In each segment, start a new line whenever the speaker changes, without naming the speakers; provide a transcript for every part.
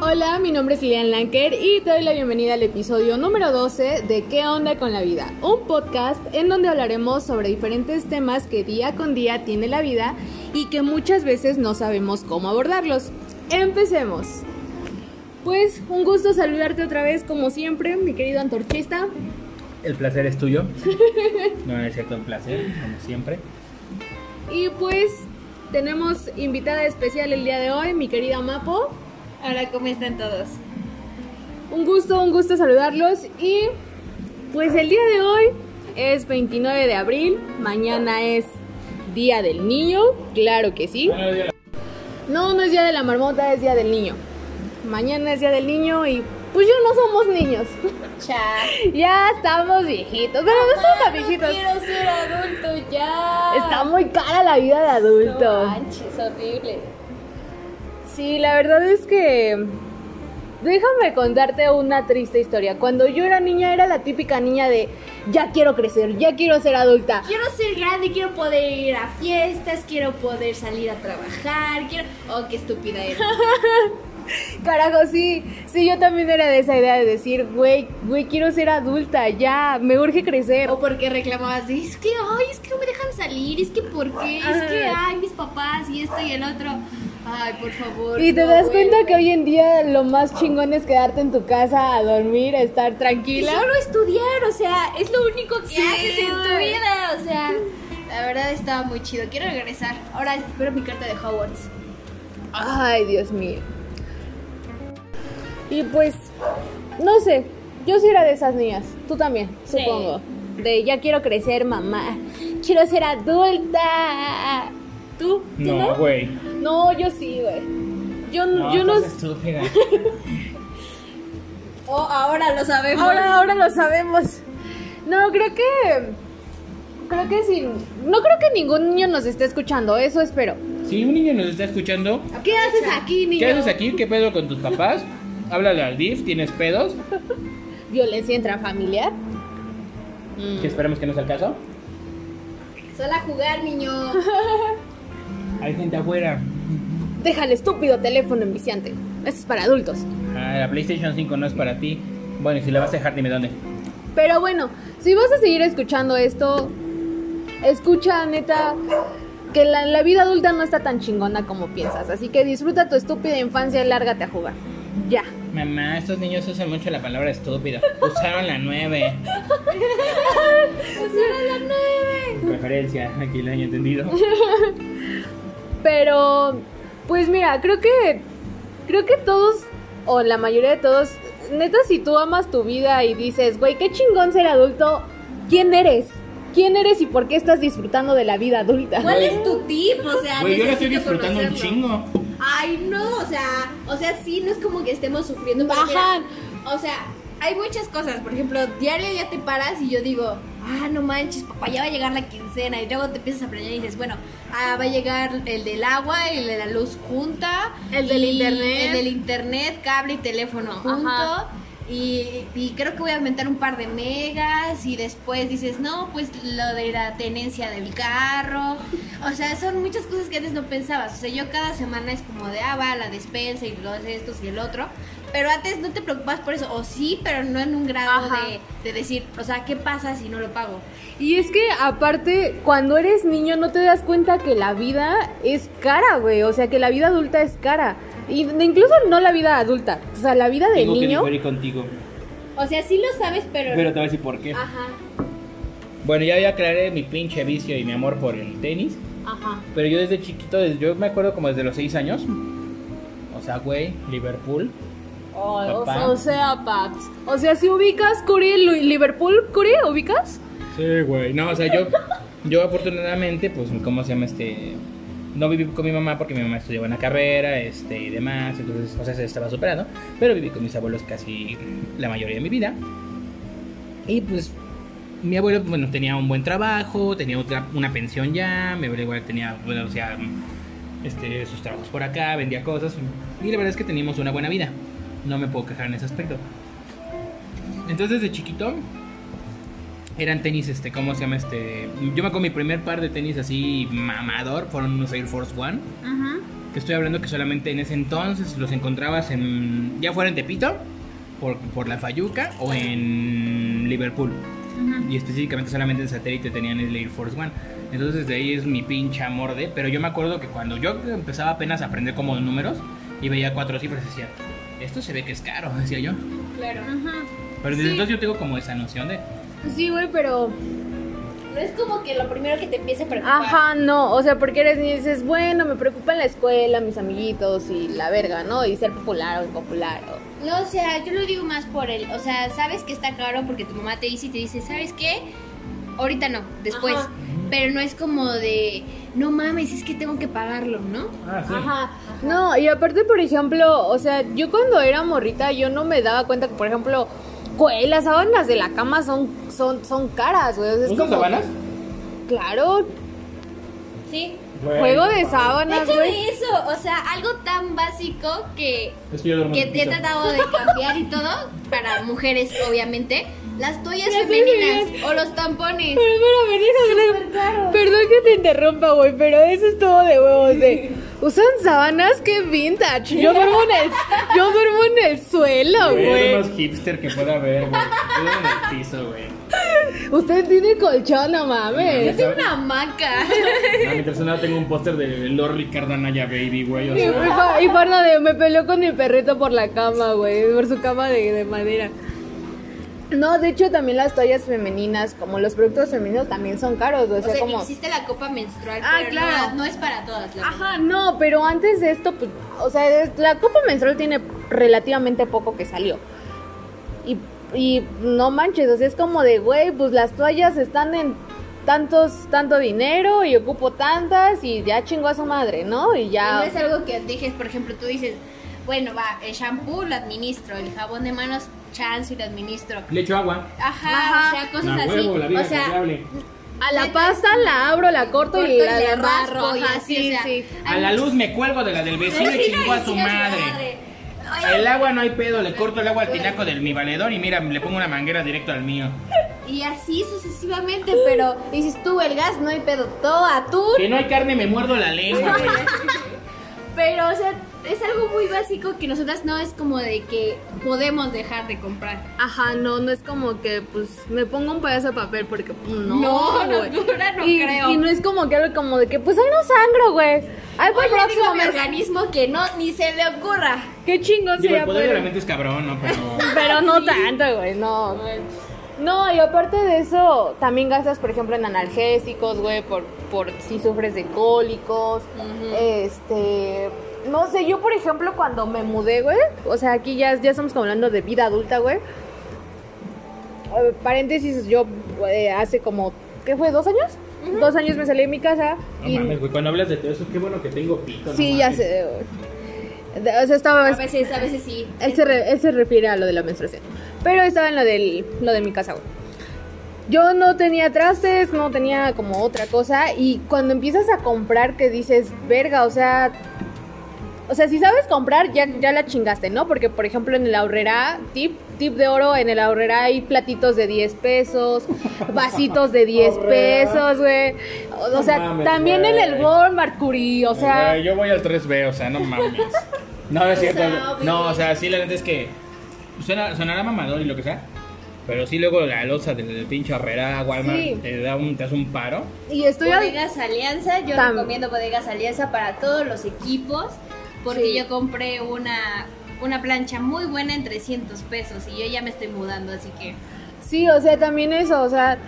Hola, mi nombre es Lilian Lanker y te doy la bienvenida al episodio número 12 de ¿Qué onda con la vida? Un podcast en donde hablaremos sobre diferentes temas que día con día tiene la vida y que muchas veces no sabemos cómo abordarlos. Empecemos. Pues un gusto saludarte otra vez como siempre, mi querido antorchista.
El placer es tuyo. No es cierto el placer, como siempre.
Y pues tenemos invitada especial el día de hoy, mi querida Mapo.
Ahora, ¿cómo están todos?
Un gusto, un gusto saludarlos y pues el día de hoy es 29 de abril, mañana es Día del Niño, claro que sí. No, no es Día de la Marmota, es Día del Niño. Mañana es Día del Niño y pues yo no somos niños.
Chao.
ya estamos viejitos, bueno, no estamos tan viejitos.
quiero ser adulto ya.
Está muy cara la vida de adulto.
No manches, horrible.
Sí, la verdad es que. Déjame contarte una triste historia. Cuando yo era niña, era la típica niña de ya quiero crecer, ya quiero ser adulta.
Quiero ser grande, quiero poder ir a fiestas, quiero poder salir a trabajar, quiero... Oh, qué estúpida eres.
Carajo, sí, sí, yo también era de esa idea de decir, güey, güey, quiero ser adulta, ya, me urge crecer.
o porque reclamabas, de, es que, ay, es que no me dejan salir, es que por qué, es que, ay, mis papás y esto y el otro. Ay, por favor.
Y te
no
das cuenta
vuelvan.
que hoy en día lo más chingón es quedarte en tu casa a dormir, a estar
Y
tranquila.
solo estudiar, o sea, es lo único que
Sí,
haces en tu
güey.
vida, o sea, la verdad estaba muy chido. Quiero regresar. Ahora espero mi carta de Hogwarts.
Ay, Dios mío. Y pues, no sé, yo sí era de esas niñas, tú también,
Sí.
supongo. De ya quiero crecer, mamá, quiero ser adulta. ¿Tú? ¿Tú
No, güey.
No, yo sí, güey. Yo no, yo no
estás estúpida.
Oh, ahora lo sabemos.
Ahora, ahora lo sabemos. No, creo que. Creo que sí. No creo que ningún niño nos esté escuchando, eso espero.
Si un niño nos está escuchando,
¿Qué haces aquí, niño?
¿qué haces aquí? ¿Qué pedo con tus papás? Háblale al DIF, ¿tienes pedos?
Violencia intrafamiliar. Mm.
Que esperemos que no sea el caso.
Solo a jugar, niño.
Hay gente afuera.
Deja el estúpido teléfono enviciante. Eso es para adultos.
Ah, la PlayStation 5 no es para ti. Bueno, y si la vas a dejar, dime dónde.
Pero bueno, si vas a seguir escuchando esto, escucha, neta, que la, la vida adulta no está tan chingona como piensas. Así que disfruta tu estúpida infancia y lárgate a jugar. Ya.
Mamá, estos niños usan mucho la palabra estúpida. Usaron la 9. Referencia, aquí lo han entendido.
Pero, pues mira, creo que, creo que todos, o la mayoría de todos, neta, si tú amas tu vida y dices, güey, qué chingón ser adulto, ¿quién eres? ¿Quién eres y por qué estás disfrutando de la vida adulta?
¿Cuál es tu tip? O sea,
Güey, yo la estoy
necesito
disfrutando un
conocerlo.
chingo.
Ay, no, o sea, o sea, sí, no es como que estemos sufriendo. pero
Bajan.
mira, O sea, hay muchas cosas. Por ejemplo, diario ya te paras y yo digo, ah, no manches, papá, ya va a llegar la quincena. Y luego te empiezas a planear y dices, bueno, ah, va a llegar el del agua, el de la luz junta,
El del
y
internet.
el del internet, cable y teléfono junto.
Ajá.
Y, y creo que voy a aumentar un par de megas y después dices, no, pues lo de la tenencia del carro. O sea, son muchas cosas que antes no pensabas. O sea, yo cada semana es como de, ah, va, la despensa y los estos y el otro. Pero antes no te preocupabas por eso. O sí, pero no en un grado
Ajá.
de, de decir, o sea, ¿qué pasa si no lo pago?
Y es que aparte, cuando eres niño no te das cuenta que la vida es cara, güey. O sea, que la vida adulta es cara. Y incluso no la vida adulta. O sea, la vida de
Tengo que
niño.
diferir contigo.
O sea, sí lo sabes, pero...
Pero te voy a decir por qué.
Ajá.
Bueno, ya, ya aclaré eh, mi pinche vicio y mi amor por el tenis.
Ajá.
Pero yo desde chiquito, desde- yo me acuerdo como desde los 6 años. O sea, güey, Liverpool.
o,
Papá.
Oh, o sea, paps. O sea, si ubicas Curry, Lu- Liverpool, Curry, ubicas.
Sí, güey. No, o sea, yo, yo afortunadamente, pues, ¿cómo se llama este? No viví con mi mamá porque mi mamá estudiaba una carrera, este, y demás, entonces, o sea, se estaba superando, pero viví con mis abuelos casi la mayoría de mi vida. Y pues, mi abuelo, bueno, tenía un buen trabajo, tenía otra, una pensión ya, mi abuelo igual tenía, bueno, o sea, este, sus trabajos por acá, vendía cosas, y la verdad es que teníamos una buena vida. No me puedo quejar en ese aspecto. Entonces, de chiquito, eran tenis, este, ¿cómo se llama este? Yo me acuerdo mi primer par de tenis así mamador, fueron unos Air Force One.
Ajá.
Te estoy hablando que solamente en ese entonces los encontrabas en. ya fuera en Tepito, por, por la Fayuca o en Liverpool.
Ujú.
Y específicamente solamente en satélite tenían el Air Force One. Entonces de ahí es mi pinche amor de. Pero yo me acuerdo que cuando yo empezaba apenas a aprender como números y veía cuatro cifras, decía, esto se ve que es caro, decía yo.
Claro.
Ujú.
Pero desde
Sí.
entonces yo tengo como esa noción de.
Sí, güey, pero.
No es como que lo primero que te empiece a preocupar.
Ajá, no. O sea, porque eres niña y dices, bueno, me preocupa en la escuela, mis amiguitos y la verga, ¿no? Y ser popular o impopular. o-
No, o sea, yo lo digo más por el, o sea, sabes que está caro porque tu mamá te dice y te dice, ¿sabes qué? Ahorita no, después.
Ajá.
Pero no es como de, no mames, es que tengo que pagarlo, ¿no?
Ah, sí.
Ajá. No, y aparte, por ejemplo, o sea, yo cuando era morrita, yo no me daba cuenta que, por ejemplo, güey, las sábanas de la cama son, son, son caras, güey. O sea, es
¿Usan
como-
sábanas?
Claro,
Sí.
juego de
De
sábanas,
hecho
güey.
de eso, o sea, algo tan básico que,
Es que yo duermo
que
en el
te he
piso.
tratado de cambiar y todo, para mujeres, obviamente, las toallas
Ya sé,
femeninas o los tampones.
Pero espérame, déjame- Perdón que te interrumpa, güey, pero eso es todo de huevos de. Usan sábanas que vintage. Yo duermo en el, yo duermo en el suelo,
Güey, es
güey.
lo más hipster que pueda haber, güey. Yo duermo en el piso, güey.
Usted tiene colchón, no
Yo
mames.
tengo una hamaca.
A mi persona tengo un póster de Lorri Cardanaya Baby, güey. O
Y,
sea,
por y por lo de me peleó con mi perrito por la cama, güey, por su cama de, de madera. No, de hecho también las toallas femeninas, como los productos femeninos, también son caros, güey,
O
o sea,
sea,
como...
existe la copa menstrual,
Ah,
pero
claro.
no, no es para todas. La
Ajá, no, pero antes de esto, pues, o sea, es- la copa menstrual tiene relativamente poco que salió. Y, y no manches, o sea, es como de, güey, pues las toallas están en tantos, tanto dinero y ocupo tantas y ya chingó a su madre, ¿no? Y
Y No
ya...
es algo que dejes, por ejemplo, tú dices, bueno, va, el shampoo lo administro, el jabón de manos chance y lo administro.
Le echo agua.
Ajá,
Ajá.
o sea, cosas
La
así.
huevo, la vida
o sea,
confiable.
A la pasta la abro, la corto
corto
y la
le
amarro.
raspo y
Ajá,
así,
sí,
o sea,
sí.
A la luz me cuelgo de la del vecino y chingo a su madre.
Ay,
El agua no hay pedo, le corto el agua al tinaco del mi valedor y mira, le pongo una manguera directo al mío.
Y así sucesivamente, pero dices tú, el gas no hay pedo, todo atún.
Que no hay carne, me muerdo la lengua, güey.
Pero, o sea, es algo muy básico que nosotras no es como de que podemos dejar de comprar.
Ajá, no, no es como que, pues, me pongo un pedazo de papel porque pues, no.
No, no,
güey.
dura, no
y,
creo.
Y no es como que algo como de que, pues, ahí no sangro, güey. Ahí para
Hoy
el
le digo a
próximo
mi
mes.
organismo que no, ni se le ocurra.
Qué chingón
Digo, el
sería,
poder de la
pero,
mente es cabrón, ¿no? Pero...
pero no tanto, güey, no. No, y aparte de eso, también gastas, por ejemplo, en analgésicos, güey, por, por si sufres de cólicos.
Ujú.
Este. No sé, yo, por ejemplo, cuando me mudé, güey, o sea, aquí ya, ya estamos como hablando de vida adulta, güey. Eh, Paréntesis, yo eh, hace como, ¿qué fue? ¿Dos años? Dos años me salí de mi casa.
No
y,
mames, güey, cuando hablas de todo eso, qué bueno que tengo pito. no
sí, ya
mames.
sé, güey. De- O sea, estaba.
A veces, a veces sí.
Él se, re- él se refiere a lo de la menstruación. Pero estaba en lo, del, lo de mi casa, güey. Yo no tenía trastes, no tenía como otra cosa. Y cuando empiezas a comprar, que dices, verga, o sea. O sea, si sabes comprar, ya, ya la chingaste, ¿no? Porque, por ejemplo, en el ahorrera, tip, tip de oro, en el ahorrera hay platitos de 10 pesos, vasitos de 10 pesos, güey. O, o sea,
No mames,
también en el
güey.
Walmart Curie, o sea.
Güey, yo voy al 3B, o sea, no mames. No, no es cierto. No, o sea, sí, la neta es que suena, sonará mamador y lo que sea. Pero sí, luego la losa del, del pinche herrera Walmart
Sí.
te, da un, te hace un paro.
Y estoy al-
Bodegas Alianza, yo
Tam-
recomiendo Bodegas Alianza para todos los equipos, porque
Sí.
yo compré una, una plancha muy buena en 300 pesos y yo ya me estoy mudando, así que...
Sí, o sea, también eso, o sea,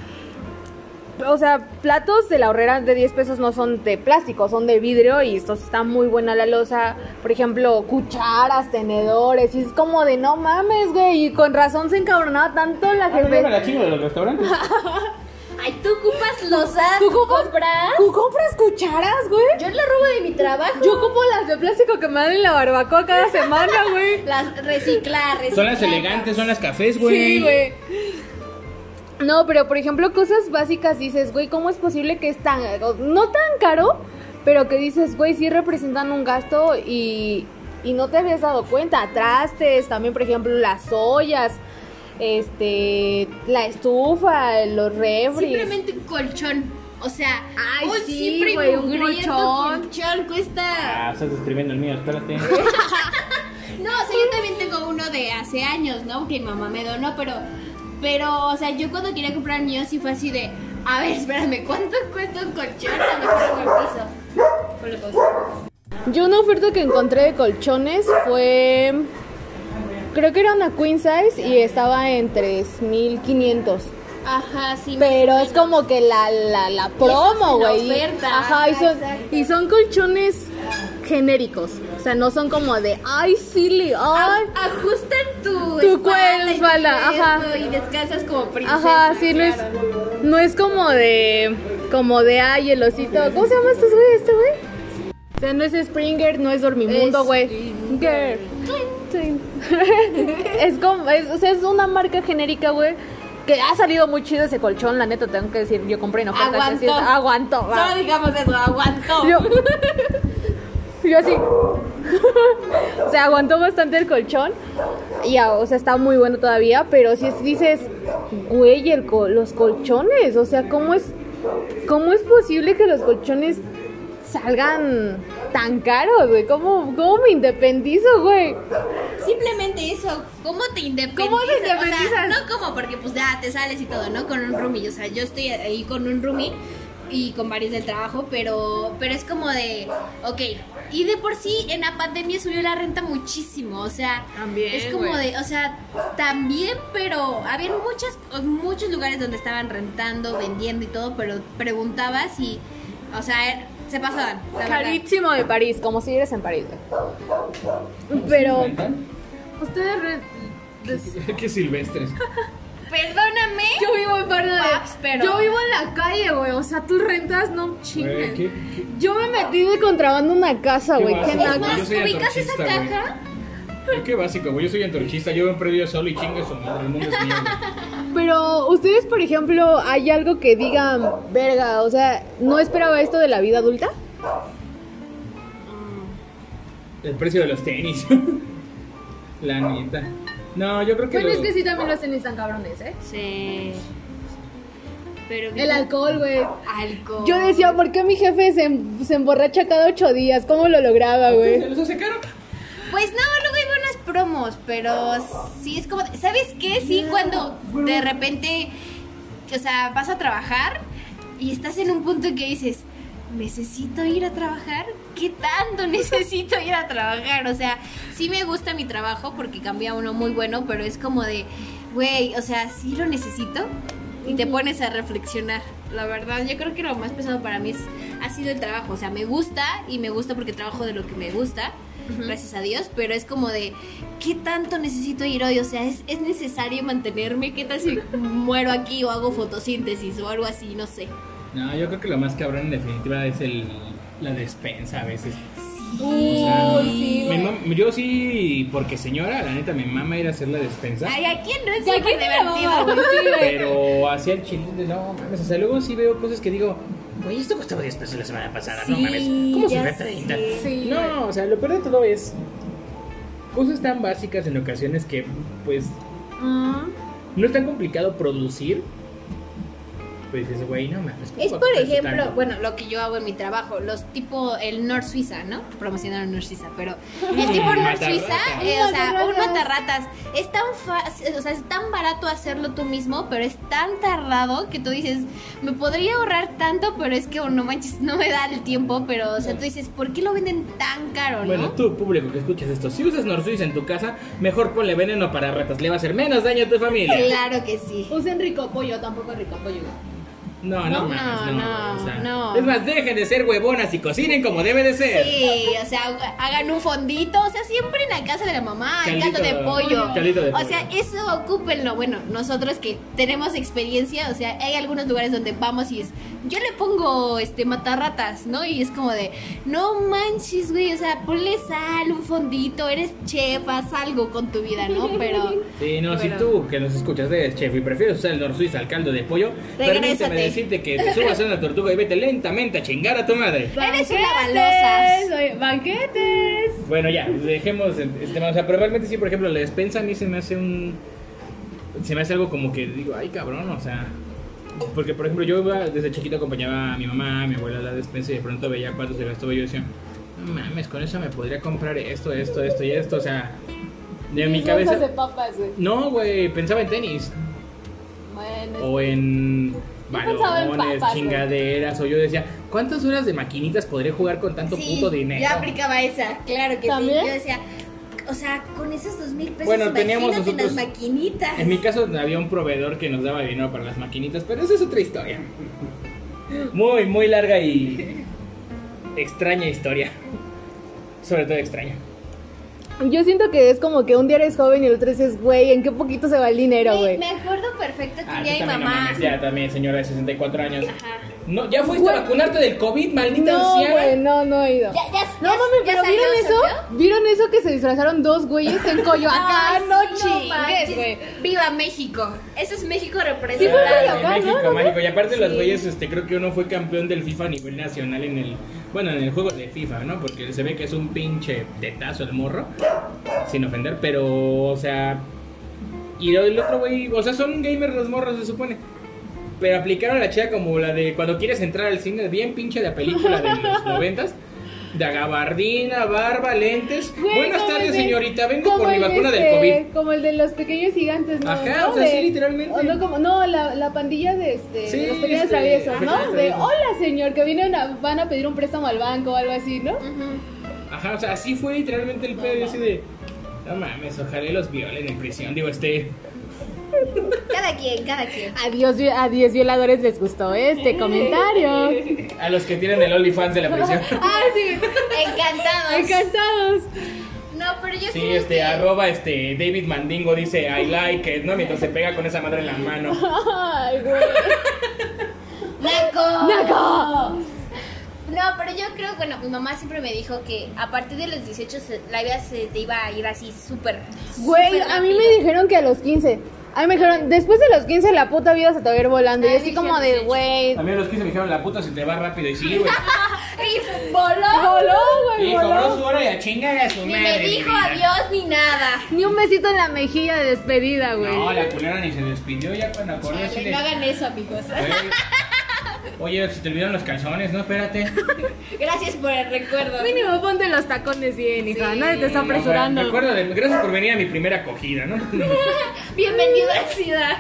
o sea, platos de la horrera de 10 pesos no son de plástico, son de vidrio y esto está muy buena la losa. Por ejemplo, cucharas, tenedores, y es como de no mames, güey, y con razón se encabronaba tanto la
Ah, no, yo me
jefe.
la chingo de los restaurantes.
Ay, tú ocupas losa,
¿Tú
tú
ocupas?
compras.
¿Tú compras cucharas, güey?
Yo la robo de mi trabajo.
Yo como las de plástico que me dan en la barbacoa cada semana, güey.
Las reciclar, reciclar.
Son las elegantes, son las cafés, güey.
Sí, güey. No, pero por ejemplo, cosas básicas dices, güey, ¿cómo es posible que es tan, no tan caro, pero que dices, güey, sí representan un gasto y, y no te habías dado cuenta? Trastes, también por ejemplo las ollas, este, la estufa, los refris.
Simplemente un colchón. O sea,
Ay,
un
sí,
simple y
güey, un
mugriento
colchón.
colchón cuesta.
Ah, estás escribiendo el mío, espérate.
No, o sea, yo también tengo uno de hace años, ¿no? Que mi mamá me donó, pero. Pero, o sea, yo cuando quería comprar el mío sí fue así de. A ver, espérame, ¿cuánto cuesta un colchón? A lo mejor con el piso. Con lo que sea.
Yo una oferta que encontré de colchones fue... Creo que era una queen size y estaba en 3.500.
Ajá, sí. más
Pero
o
es
menos.
como que la, la, la
la
promo, güey.
oferta.
Ajá, y
Ajá,
son,
exacto.
y son colchones genéricos. O sea, no son como de, ay, silly,
A-
ay.
Ajustan tu.
Tu
espalda y tu
espalda,
esto,
ajá.
Y descansas como princesa.
Ajá, sí, no es,
claro.
no es como de, como de, ay, el osito. ¿Cómo se llama este güey, este güey? O sea, no es Springer, no es Dormimundo, güey. Girl. Sí. es como, es, o sea, es una marca genérica, güey. Que ha salido muy chido ese colchón, la neta, tengo que decir, yo compré en ofertas.
Aguantó.
así es, aguantó. va.
Solo digamos eso, aguantó.
Yo, yo así. o sea, aguantó bastante el colchón. Y, ah, o sea, está muy bueno todavía. Pero si es- dices, güey, el co- los colchones. O sea, ¿cómo es, ¿cómo es posible que los colchones salgan tan caros, güey? ¿Cómo, ¿Cómo me independizo, güey?
Simplemente eso, ¿cómo te independizas?
¿Cómo te
O sea,
independizas?
no como porque pues ya te sales y todo, ¿no? Con un roomie, o sea, yo estoy ahí con un roomie y con varios del trabajo, pero pero es como de, ok, y de por sí en la pandemia subió la renta muchísimo, o sea,
También,
es como
güey.
de, o sea, también, pero había muchas muchos lugares donde estaban rentando, vendiendo y todo, pero preguntabas y o sea, se pasaban. la verdad.
Carísimo de París, como si eres en París, güey. Pero,
¿Rentan?
ustedes. re-
Qué silvestres.
Perdóname.
Yo vivo en París,
Paps, pero-
Yo vivo en la calle, güey. O sea, tus rentas no
Güey,
chingues.
¿qué-
Yo me metí de contrabando a una casa,
Qué
Ah, güey. Qué
básico,
naco.
güey. Yo
Más,
soy
ubicas esa
antorchista, güey.
caja.
qué- Qué básico, güey. Yo soy antorchista, yo en predio solo y chingue su madre, el mundo es mío. güey.
Pero ustedes, por ejemplo, hay algo que digan, verga, o sea, no esperaba esto de la vida adulta.
El precio de los tenis. La neta. No, yo creo que.
Bueno,
lo-
es que sí también los tenis tan cabrones, ¿eh?
Sí. Pero
El alcohol, güey.
alcohol.
Yo decía, ¿por qué mi jefe se, em- se emborracha cada ocho días? ¿Cómo lo lograba,
¿Se
güey?
los hace caro?
Pues no, luego hay buenas promos, pero sí es como, de- ¿sabes qué? Sí, cuando de repente, o sea, vas a trabajar y estás en un punto en que dices, necesito ir a trabajar. ¿Qué tanto necesito ir a trabajar? O sea, sí me gusta mi trabajo porque cambia uno muy bueno, pero es como de, güey, o sea, sí lo necesito. Y te pones a reflexionar. La verdad, yo creo que lo más pesado para mí es, ha sido el trabajo. O sea, me gusta y me gusta porque trabajo de lo que me gusta, gracias a Dios. Pero es como de, ¿qué tanto necesito ir hoy? O sea, ¿es, es necesario mantenerme? ¿Qué tal si muero aquí o hago fotosíntesis o algo así? No sé.
No, yo creo que lo más cabrón en definitiva es el, la despensa a veces.
Uy, sí,
Me
güey.
mam- yo sí, porque señora, la neta, me mama ir a hacer la despensa.
Ay, ¿a quién no es
Sí, aquí
súper
te la
divertido?
mamaba, güey, sí, güey.
Pero hacia el chile, no mames. O sea, luego sí veo cosas que digo, güey, esto costaba 10 pesos la semana pasada, no
Sí,
mames. ¿Cómo se
ya
ve 30?
sé.
Sí, güey.
No, o sea, lo peor de todo es cosas tan básicas en ocasiones que, pues,
Mm.
no es tan complicado producir. Pues dices, güey, no mames. ¿cómo
Es
va a
por
costar este
ejemplo,
tanto?
bueno, lo que yo hago en mi trabajo, los tipo el Nor Suiza, ¿no? Promocionar el Nor Suiza, pero el tipo Nor
Mm. matarratas.
Suiza, eh, o sea, un
Matarratas.
matarratas. Es tan fácil, o sea, es tan barato hacerlo tú mismo, pero es tan tardado que tú dices, me podría ahorrar tanto, pero es que oh, no manches, no me da el tiempo, pero o sea, tú dices, ¿por qué lo venden tan caro, no?
Bueno, tú, público que escuchas esto, si usas Norsuiza en tu casa, mejor ponle veneno para ratas, le va a hacer menos daño a tu familia.
Claro que sí.
Usen rico pollo, tampoco rico pollo.
No, no,
No,
mames, no.
no,
o sea,
no.
Es más, dejen de ser huevonas y cocinen como debe de ser.
Sí, o sea, hagan un fondito, o sea, siempre en la casa de la mamá, el caldo
Caldito-
de pollo.
caldito de
o
pollo.
sea, eso ocúpenlo. Bueno, nosotros que tenemos experiencia, o sea, hay algunos lugares donde vamos y es, yo le pongo este matarratas, ¿no? Y es como de, no manches, güey, o sea, ponle sal, un fondito, eres chef, haz algo con tu vida, ¿no? Pero
Sí, no, si
Pero-
tú que nos escuchas de chef y prefieres usar el norsuiza al caldo de pollo,
Regrésate.
permíteme decirte que te subas a una tortuga y vete lentamente a chingar a tu madre.
Eres una balosa.
Soy banquetes.
Bueno, ya, dejemos el el tema. O sea, pero realmente sí, por ejemplo, la despensa a mí se me hace un. Se me hace algo como que digo, ay cabrón, o sea. Porque, por ejemplo, yo iba- desde chiquito acompañaba a mi mamá, a mi abuela a la despensa y de pronto veía cuánto se gastaba y yo decía, no mames, con eso me podría comprar esto, esto, esto y esto. O sea, de mi
Mis bolsas
cabeza.
de papas, güey.
No, güey, pensaba en tenis.
Bueno,
o en
Yo pensaba en
balones,
papas,
chingaderas, o yo decía, ¿cuántas horas de maquinitas podré jugar con tanto
Sí,
puto dinero?
Yo aplicaba esa, claro que
¿También?
sí. Yo decía, o sea, con esos dos mil pesos,
Bueno, teníamos
imagínate
nosotros-
las maquinitas.
En mi caso había un proveedor que nos daba dinero para las maquinitas, pero esa es otra historia. Muy, muy larga y extraña historia. Sobre todo extraña. Oh.
yo siento que es como que un día eres joven y el otro dices, güey, ¿en qué poquito se va el dinero,
me,
güey?
me acuerdo perfecto que
Ah, tú
un día mi
también, no
mamá.
mames, ya también, señora de 64 años.
Ajá.
No, ¿Ya fuiste a
Güey.
vacunarte del COVID, maldita
No,
anciana?
güey, no, no he ido.
Ya,
No
ya, ya-
mames,
ya
pero
salió,
¿vieron eso?
¿salió?
¿Vieron eso que se disfrazaron dos güeyes en Coyoacán?
Ay,
no
sí,
chingues,
manches.
güey.
Viva México. Eso es
Sí,
México
fue
Ah,
en
representado.
Coyoacán,
México,
¿no?
mágico. Y aparte los
Sí.
güeyes, este, creo que uno fue campeón del FIFA a nivel nacional en el, bueno, en el juego de FIFA, ¿no? Porque se ve que es un pinche tetazo el morro, sin ofender, pero, o sea, y lo- el otro güey, o sea, son gamers los morros se supone. Pero aplicaron la chida como la de cuando quieres entrar al cine, bien pinche de la película de los noventas. De gabardina, barba, lentes.
Güey,
Buenas
como
tardes,
el de-
señorita. Vengo por
como
mi
el
vacuna del
este,
COVID.
Como el de los pequeños gigantes, ¿no?
Ajá,
¿No?
o sea,
De-
sí, literalmente.
o no, como, no la, la pandilla de, este,
Sí,
de los pequeños
este,
traviesos,
pequeños
¿no? De,
traviesos.
hola, señor, que vienen a, van a pedir un préstamo al banco o algo así, ¿no?
Ujú.
Ajá, o sea, así fue literalmente el pedo y así de. No mames, ojalá y los violen en prisión. Digo, este.
Cada quien, cada quien.
A 10 vi- a 10 violadores les gustó este comentario.
A los que tienen el OnlyFans de la prisión.
ah, sí,
Encantados.
encantados.
No, pero yo
Sí,
creo
este,
que-
arroba este. David Mandingo dice I like it, ¿no? Mientras se pega con esa madre en la mano.
Ay, güey.
¡Naco!
¡Naco!
No, pero yo creo, bueno, mi mamá siempre me dijo que a partir de los 18 se- la vida se te iba a ir así súper.
Güey,
súper
a mí me
rápido.
dijeron que a los 15. A mí me dijeron, después de los 15 la puta vida se te va a ir volando. y
Ay,
así
dije
como de,
18.
güey.
A mí a los 15 me dijeron la puta se te va rápido. Y sí, güey.
Y voló.
Voló, güey,
Y cobró su
voló.
hora y a chingar a su
Ni
madre.
me dijo
mira.
adiós ni nada.
Ni un besito en la mejilla de despedida, güey.
No, la culera ni se despidió ya cuando acordó así
Chale,
de.
no hagan eso, amigos.
"Güey, Oye, se te olvidaron los calzones, ¿no? Espérate.
Gracias por el recuerdo.
Mínimo ponte los tacones bien, hija.
Sí.
Nadie te está
No, güey,
apresurando.
me acuerdo de- Gracias por venir a mi primera acogida, ¿no?
Bienvenido a la ciudad.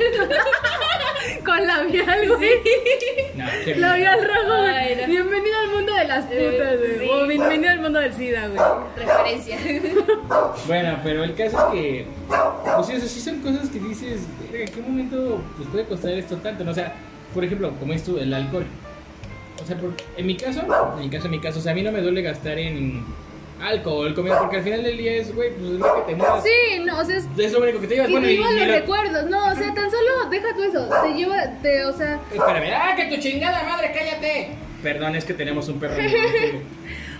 Con labial, güey.
No, qué bien.
Labial rojo, güey.
Ay, no.
Bienvenido al mundo de las
Eh,
putas, güey.
sí.
O bienvenido al mundo del SIDA, güey.
Referencia.
Bueno, pero el caso es que, pues sí, o sea, sí son cosas que dices, "Verga, ¿en qué momento pues, puede costar esto tanto? No, o sea, por ejemplo, como es tú, el alcohol. O sea, por- en mi caso, en mi caso, en mi caso, o sea, a mí no me duele gastar en alcohol, comida, porque al final del día es, güey, pues es lo que te muevas.
Sí, no, o sea, es
Es lo único que te llevas.
que
Bueno,
te
y,
lleva
y
los
lo-
recuerdos. No, o sea, tan solo deja tú eso. Te lleva, te, o sea.
Espérame, ¡ah, que tu chingada madre, cállate! Perdón, es que tenemos un perro. en el estudio.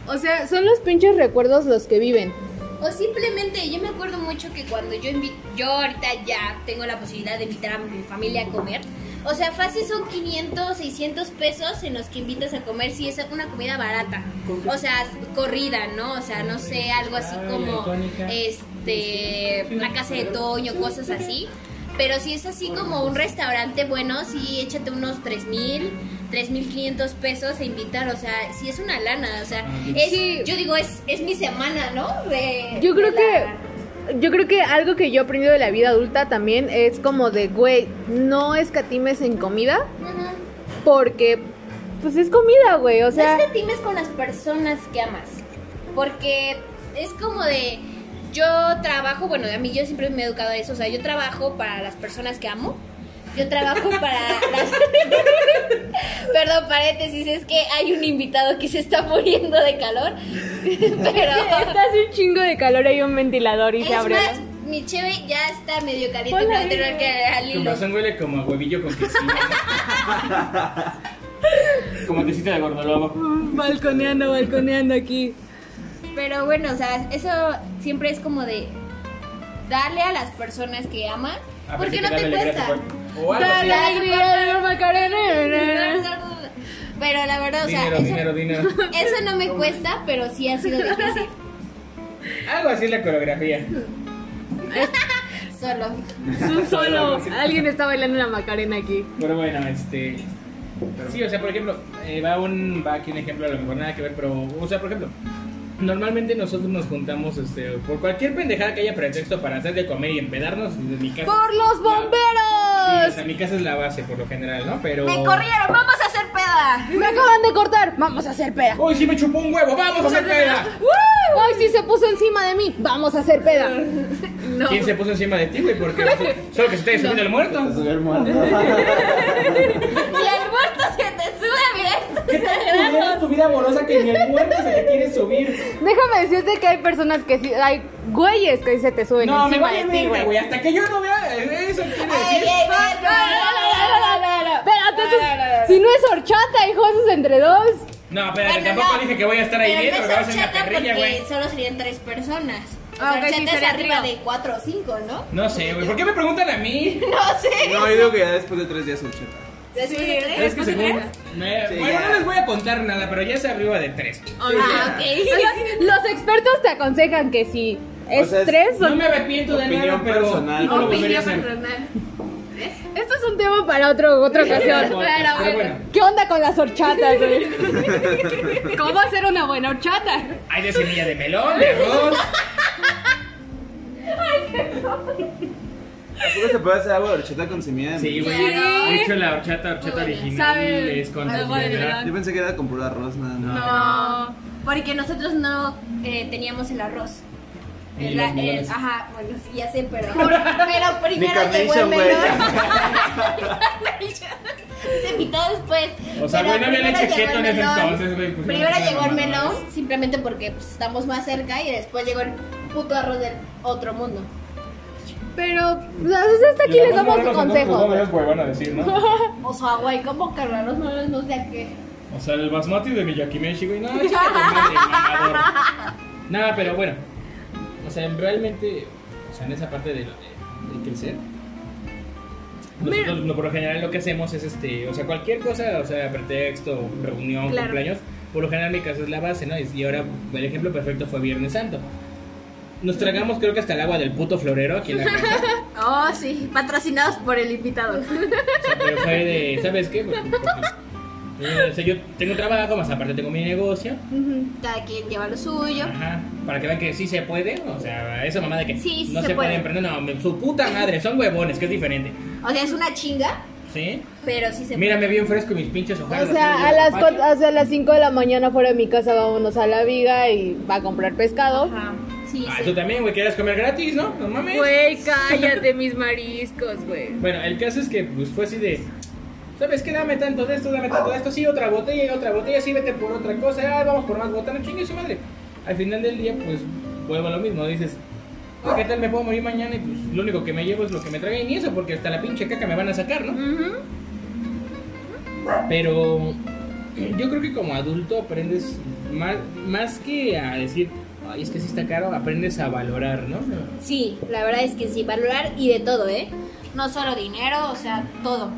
O sea, son los pinches recuerdos los que viven.
O simplemente, yo me acuerdo mucho que cuando yo invi- yo ahorita ya tengo la posibilidad de invitar a mi familia a comer. O sea, fácil son 500, 600 pesos en los que invitas a comer si es una comida barata. O sea, corrida, ¿no? O sea, no sé, algo así como eh, este la casa de Toño, cosas así. Pero si es así como un restaurante bueno, sí échate unos 3000, 3500 pesos e invitar, o sea, si es una lana, o sea, es-
Sí.
yo digo, es, es mi semana, ¿no? De-
Yo creo
de la-
que yo creo que algo que yo he aprendido de la vida adulta también es como de, güey, no escatimes en comida
Ajá.
porque pues es comida, güey, o sea,
no escatimes con las personas que amas. Porque es como de. Yo trabajo, bueno, a mí yo siempre me he educado a eso. O sea, yo trabajo para las personas que amo. Yo trabajo para las. Perdón, paréntesis, es que hay un invitado que se está muriendo de calor. Pero.
está hace un chingo de calor hay un ventilador y se
Es
abre.
más, mi cheve ya está medio caliente
Hola,
para tener
amigo.
que al
Con
hilo.
razón huele como a huevillo con quesillo. como quesita de gordolobo.
Balconeando, balconeando aquí.
Pero bueno, o sea, eso siempre es como de darle a las personas que aman,
A ver
porque
si
no
da
te
la alegría
cuesta.
a tu cuerpo. O algo
Dale,
así.
alegría, la Macarena.
Pero la verdad, o sea,
Dinero,
eso,
dinero, dinero.
eso no me cuesta, pero sí ha sido difícil.
Algo así es la coreografía.
solo.
Un solo. Alguien está bailando una macarena aquí.
Pero bueno, este. Sí, o sea, por ejemplo, eh, va, un, va aquí un ejemplo, a lo mejor nada que ver, pero. O sea, por ejemplo, normalmente nosotros nos juntamos este, por cualquier pendejada que haya pretexto para hacer de comer y empedarnos desde mi casa.
¡Por los
Sí, o sea,
bomberos!
mi casa es la base por lo general, ¿no? Pero.
Me corrieron, vamos a hacer peda.
¡Me acaban de cortar! ¡Vamos a hacer peda!
¡Uy, sí me chupó un huevo! ¡Vamos
Pues
a hacer peda!
¡Woo! ¡Ay, sí se puso encima de mí! ¡Vamos a hacer peda! No.
¿Quién se puso encima de ti, güey? Porque solo que se te subiendo el muerto.
Súper muerto.
Y el muerto se te sube, mira esto.
¿Qué tal tu vida- tu vida amorosa que ni el muerto se te quiere subir?
Déjame decirte que hay personas que sí. Hay güeyes que sí se te suben
No, me
encima
voy a
de ti,
verga,
güey.
güey. Hasta que yo no vea eso, quiere
Ay,
decir.
ay, ay, no, no, no, no, no, no, no.
Espérate, eso es-
No, no, no, no.
si no es horchata, hijo, eso es entre dos.
No, espérate,
Bueno,
tampoco
no.
dije que voy a estar ahí
Pero
viendo,
no
porque vamos a
es
ser una
horchata
perrilla, güey.
porque solo serían tres personas. O sea,
Ah, ok, sí,
horchata es
sería
arriba
trío.
de cuatro o cinco, ¿no?
No sé, güey. ¿Por qué me preguntan a mí?
No sé.
No, yo digo que ya después de tres días horchata.
Después
Sí,
de tres.
es que
después de
según-
tres.
Me-
Sí,
bueno,
ya.
no les voy a contar nada, pero ya es arriba de tres.
Ah, ok.
Los, los expertos te aconsejan que si es
O sea, es-
tres o
No me arrepiento de nada,
Opinión
pero.
personal.
no lo volvería a
Opinión
hacer.
personal.
Esto es un tema para otro, otra ocasión.
Pero
Pero
bueno,
bueno.
¿Qué onda con las horchatas, güey? ¿Cómo hacer una buena horchata?
hay de semilla de melón, de arroz.
¿Tampoco se puede hacer agua de horchata con semilla de
Sí,
maíz?
güey.
Claro.
De hecho, la horchata, horchata
Bueno,
original
sabe
es con
algo
semilla de
de
melón.
melón.
Yo pensé que era con puro arroz, nada
No.
más.
No, porque nosotros no eh, teníamos el arroz.
Ni
El-
los
el-
melones.
ajá, bueno, sí, ya sé, pero, pero primero llegó el
Carnation, güey.
melón. Se invitó después.
O sea,
pero
güey, no había
primero
leche
llegó
keto en
el
ese
melón.
entonces, güey, pues,
primero
no,
llegó
no,
el
no, no.
melón, simplemente porque pues, estamos más cerca, y después llegó el puto arroz del otro mundo.
Pero, pues, hasta aquí les damos un consejo.
es bueno decir, ¿no?
O sea, güey, ¿cómo cargaros melones? No sé a qué.
O sea, el basmati de Miyaki Meshi, güey. No, chica, tu madre, mamador. Nada, pero bueno. O sea, realmente, o sea, en esa parte de, lo de, de crecer. Nosotros, no, por lo general, lo que hacemos es este, o sea, cualquier cosa, o sea, pretexto, reunión,
Claro.
cumpleaños, por lo general mi casa es la base, ¿no? Y ahora el ejemplo perfecto fue Viernes Santo. Nos tragamos, creo que hasta el agua del puto florero aquí en la casa.
Oh, sí, patrocinados por el invitado.
O sea, pero fue de, ¿sabes qué? Porque- porque, eh, o sea, yo tengo trabajo, más aparte tengo mi negocio.
Ujú.
Cada quien lleva lo suyo.
Ajá, para que vean que sí se puede, o sea, esa mamá de que
Sí, sí
no se,
se
puede
puede.
emprender, no, me- su puta madre, son huevones, que es diferente,
O sea, es una chinga,
¿sí?
pero sí se
Mírame bien fresco y mis pinches
O
hojas.
sea, a las, cuatro- o sea, a las 5 de la mañana fuera de mi casa vámonos a la viga y va a comprar pescado.
Ajá. Sí,
Ah,
sí.
tú también, güey, quieres comer gratis, ¿no? No mames.
Güey, cállate mis mariscos, güey.
Bueno, el caso es que pues, fue así de. ¿Sabes qué? Dame tanto de esto, dame tanto de esto, sí, otra botella, y otra botella, sí, vete por otra cosa, ah, vamos por más botana, chingue su madre. Al final del día, pues, vuelvo a lo mismo, dices, "Ah, ¿qué tal me puedo morir mañana? Y pues, lo único que me llevo es lo que me tragué, y ni eso, porque hasta la pinche caca me van a sacar, ¿no? Pero yo creo que como adulto aprendes más, más que a decir, ay, es que sí está caro, aprendes a valorar, ¿no?
Sí, la verdad es que sí, valorar y de todo, ¿eh? No solo dinero, o sea, todo.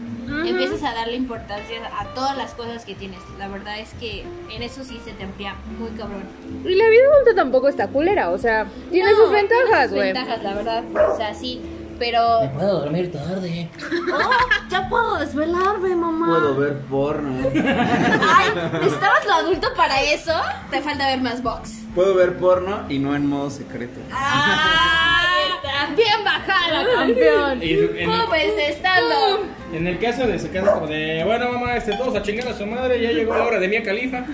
Empiezas a darle importancia a todas las cosas que tienes. La verdad es que en eso sí se te amplía muy cabrón.
Y la vida adulta tampoco está culera, o sea, tiene
No,
sus
tiene
ventajas,
sus
güey.
ventajas, la verdad. O sea, sí, pero...
puedo dormir tarde.
¡Oh! Ya puedo desvelarme, mamá.
Puedo ver porno.
Ay, ¿estabas lo adulto para eso? Te falta ver más box.
Puedo ver porno y no en modo secreto.
Ah, bien bajada.
Campeón.
Y en,
Pues estando.
en el caso de su casa, como de, bueno, mamá, este, todos a chingar a su madre, ya llegó la hora de Mia Califa.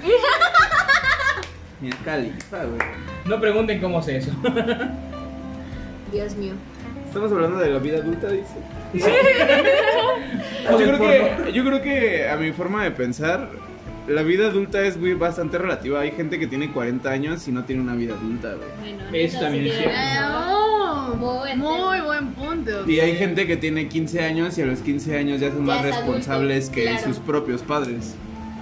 Ni el califa, ah, güey.
No pregunten cómo es eso.
Dios mío.
Estamos hablando de la vida adulta, dice.
O
Yo
sea,
creo,
por
que, yo creo que a mi forma de pensar, la vida adulta es muy, bastante relativa. Hay gente que tiene 40 años y no tiene una vida adulta, güey.
Bueno,
Eso también es cierto.
Ah,
Muy
Muy buen punto.
Y hay gente que tiene 15 años y a los 15 años ya son
Ya
más
es adulto,
responsables que
claro.
sus propios padres.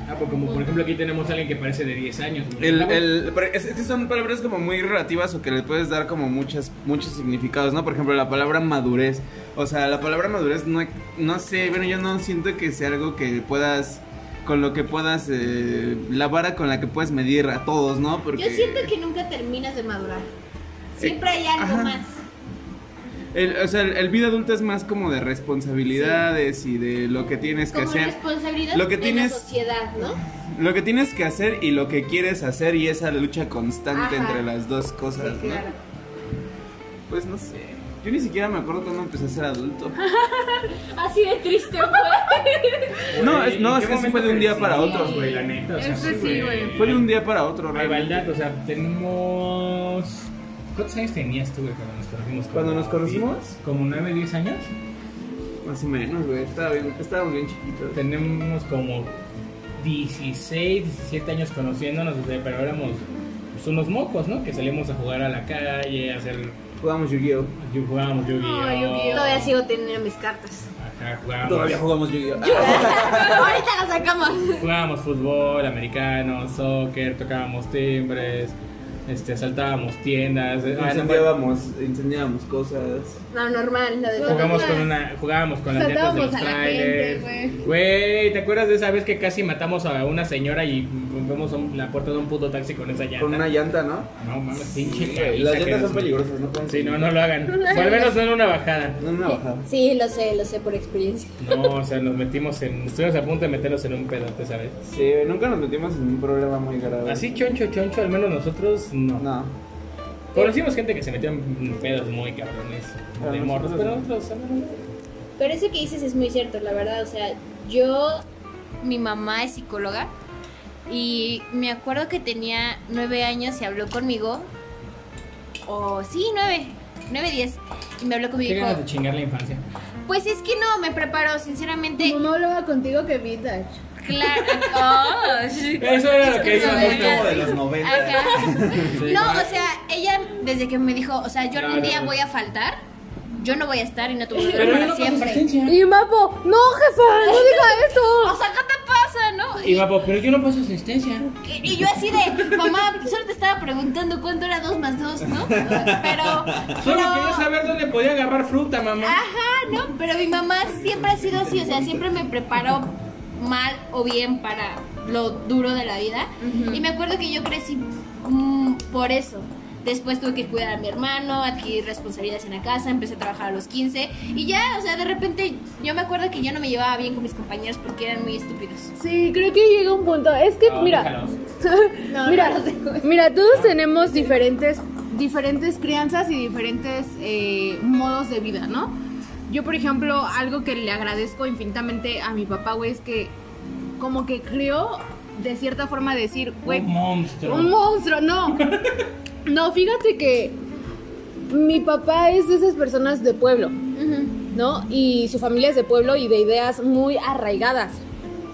Ah, pues como por ejemplo aquí tenemos a alguien que parece de 10 años. güey.
El, el- pero es es que son palabras como muy relativas o que le puedes dar como muchas, muchos significados, ¿no? Por ejemplo, la palabra madurez. O sea, la palabra madurez no, no sé, bueno, yo no siento que sea algo que puedas, con lo que puedas, eh, la vara con la que puedes medir a todos, ¿no? Porque...
Yo siento que nunca terminas de madurar. Siempre hay algo
Ajá.
más.
el, o sea, el, el vida adulta es más como de responsabilidades y de lo que tienes que
Como
hacer.
responsabilidad
Lo que
de
tienes-
la sociedad, ¿no?
Lo que tienes que hacer y lo que quieres hacer y esa lucha
Ajá.
constante entre las dos cosas,
Sí,
¿no?
claro.
Pues no sé. Yo ni siquiera me acuerdo cuando empecé a ser adulto.
Así de triste fue.
No,
Güey,
es- no,
¿en qué
es que sí
momento
fue de un día
crecí?
para
Sí,
otro.
güey, la neta. O sea,
Eso sí, güey.
Fue de un día para otro, realmente.
Rivalidad, o sea, tenemos. ¿Cuántos años tenías tú, güey, cuando nos conocimos?
¿Cuando
Como-
nos conocimos?
Como 9, 10 años.
Más o menos, güey. Estaba bien, estábamos bien chiquitos.
Tenemos como 16, 17 años conociéndonos, o sea, pero éramos pues, unos mocos, ¿no? Que salíamos a jugar a la calle, a hacer.
Jugamos Yu-Gi-Oh!
yo- Jugábamos Yu-Gi-Oh!
Ay, Yu-Gi-Oh.
Todavía sigo teniendo mis cartas.
Ajá, jugábamos.
Todavía jugamos Yu-Gi-Oh!
Ahorita las sacamos.
Jugábamos fútbol, americano, soccer, tocábamos timbres, este, asaltábamos tiendas. eh, ah, no,
Incendiábamos, incendiábamos cosas.
No, normal, lo de
Jugamos con una, jugábamos con las llantas de
Saltábamos
los
a la
trailers.
gente,
Güey, ¿te acuerdas de esa vez que casi matamos a una señora y rompemos un- la puerta de un puto taxi con esa llanta?
Con una llanta, ¿no?
No mames, pinche
Güey,
camisa
Las
que
llantas
nos-
son peligrosas, ¿no?
Sí, no, no lo hagan. O al menos no en una bajada.
No, no, bajada.
Sí, lo sé, lo sé por experiencia.
No, o sea, nos metimos en. Estuvimos a punto de meternos en un pedote, ¿sabes?
Sí, nunca nos metimos en un problema muy grave.
Así choncho, choncho, al menos nosotros no.
No.
Conocimos gente que se metió en pedos muy cabrones de
Pero
morros,
nosotros
pero
no.
nosotros, al menos,
Pero eso que dices es muy cierto, la verdad. O sea, yo. Mi mamá es psicóloga. Y me acuerdo que tenía nueve años y habló conmigo. O sí, nueve. Nueve, diez. Y me habló conmigo
Qué
y
ganas de
dijo:
chingar la infancia.
Pues es que no, me preparó, sinceramente.
Mamá hablaba contigo que vintage.
Claro. Oh, sí.
Eso era lo que
Es
hizo
una
el
novela.
último
de los 90.
Ajá.
Sí.
No, o sea, ella desde que me dijo, o sea, yo
No,
algún
no,
día
no.
voy a faltar, yo no voy a estar y no te voy a ver
Pero
para
no
siempre.
siempre.
Y Mapo, no jefa, no diga
O
eso.
sea, ¿qué te pasa, no?
Y
Y,
papo, pero yo no paso asistencia.
y yo así de, mamá, solo te estaba preguntando cuánto era dos más dos, ¿no? Pero,
Solo quería
pero,
saber dónde podía agarrar fruta, mamá.
ajá, ¿no? Pero mi mamá siempre ha sido así, o sea, siempre me preparó mal o bien para lo duro de la vida. Y me acuerdo que yo crecí mm, por eso. Después tuve que cuidar a mi hermano, adquirir responsabilidades en la casa, empecé a trabajar a los 15 y ya, o sea, de repente yo me acuerdo que yo no me llevaba bien con mis compañeros porque eran muy estúpidos.
Sí, creo que llega un punto. Es que,
No,
mira,
déjalos.
mira, mira, todos tenemos diferentes, diferentes crianzas y diferentes eh, modos de vida, ¿no? Yo, por ejemplo, algo que le agradezco infinitamente a mi papá, güey, es que como que creo de cierta forma decir, güey,
Un monstruo.
Un monstruo, no. No, fíjate que mi papá es de esas personas de pueblo, ¿no? Y su familia es de pueblo y de ideas muy arraigadas,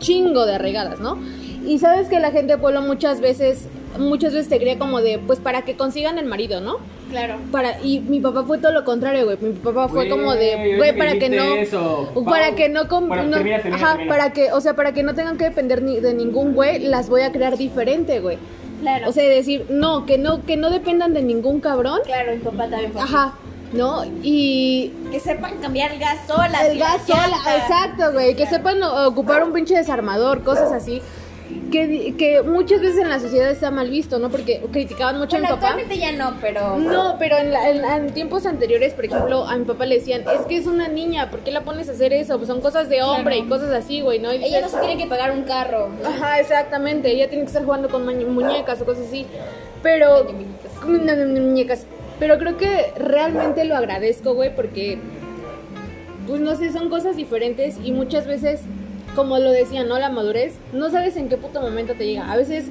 chingo de arraigadas, ¿no? Y sabes que la gente de pueblo muchas veces, muchas veces te cría como de, pues para que consigan el marido, ¿no?
Claro.
Para, y mi papá fue todo lo contrario, güey. Mi papá fue
Güey,
como de,
ahorita
güey,
que
para que
dijiste
no.
eso, Pau.
para que no. com-
Bueno,
no-
termina, termina,
ajá,
termina.
para que, o sea, para que no tengan que depender ni de ningún güey, las voy a crear diferente, güey.
Claro.
O sea, decir, no, que no, que no dependan de ningún cabrón.
claro, mi papá también fue así.
Ajá, ¿no? Y
Que sepan cambiar el gas sola.
el gas sola, exacto, güey. Que sepan o- ocupar un pinche desarmador, cosas así. Que, di- que muchas veces en la sociedad está mal visto, ¿no? Porque criticaban mucho a mi papá.
actualmente ya no, pero
No, pero en, la- en- en tiempos anteriores, por ejemplo, a mi papá le decían, es que es una niña, ¿por qué la pones a hacer eso? Pues son cosas de hombre
Claro.
y cosas así, güey, ¿no? Y
ella no
dices,
se tiene que pagar un carro.
Ajá, exactamente, ella tiene que estar jugando con muñe- muñecas o cosas así. Pero... No, no, no, muñecas. Pero creo que realmente lo agradezco, güey, porque, pues no sé, son cosas diferentes y muchas veces, como lo decía, ¿no? La madurez, no sabes en qué puto momento te llega. A veces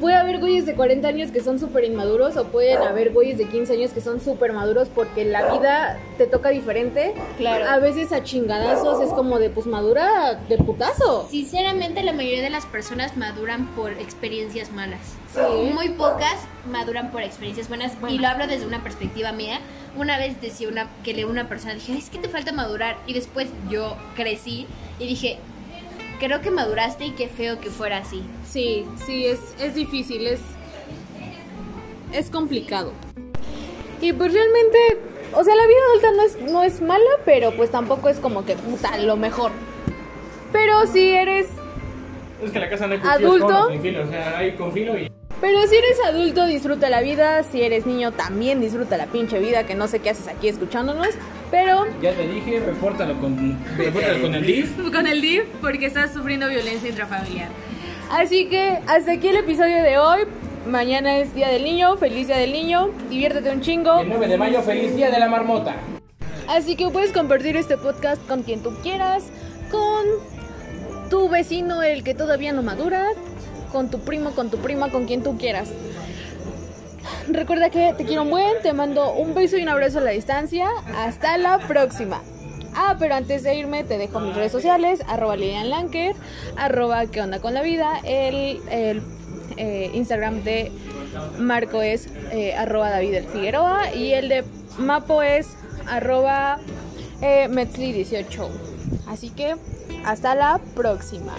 puede haber güeyes de 40 años que son súper inmaduros o pueden haber güeyes de 15 años que son súper maduros porque la vida te toca diferente.
Claro.
A veces a chingadazos es como de, pues madura de putazo.
Sinceramente, la mayoría de las personas maduran por experiencias malas.
Sí.
Muy pocas maduran por experiencias buenas.
Buenas.
Y lo hablo desde una perspectiva mía. Una vez decía una, que leí a una persona, dije, "Ay, es que te falta madurar. Y después yo crecí y dije, creo que maduraste y qué feo que fuera así.
Sí, sí, es, es difícil, es, es complicado. Y pues realmente, o sea, la vida adulta no es, no es mala, pero pues tampoco es como que puta, lo mejor. Pero si eres,
Es que en la casa no hay cuchillos,
Adulto.
¿cómo? Con filo, o sea, hay con filo y.
Pero si eres adulto, disfruta la vida. Si eres niño, también disfruta la pinche vida, que no sé qué haces aquí escuchándonos. Pero
Ya te dije, repórtalo con, repórtalo con el DIF.
con el DIF porque estás sufriendo violencia intrafamiliar. Así que hasta aquí el episodio de hoy. Mañana es Día del Niño, feliz Día del Niño, diviértete un chingo.
El 9 de mayo, feliz día de la marmota.
Así que puedes compartir este podcast con quien tú quieras, con tu vecino el que todavía no madura, con tu primo, con tu prima, con quien tú quieras. Recuerda que te quiero un buen, te mando un beso y un abrazo a la distancia. Hasta la próxima. Ah, pero antes de irme te dejo mis redes sociales, arroba Lilian Lanker, arroba qué onda con la vida, el, el, eh, Instagram de Marco es eh, arroba David el Figueroa y el de Mapo es arroba eh, Metzli18. Así que hasta la próxima.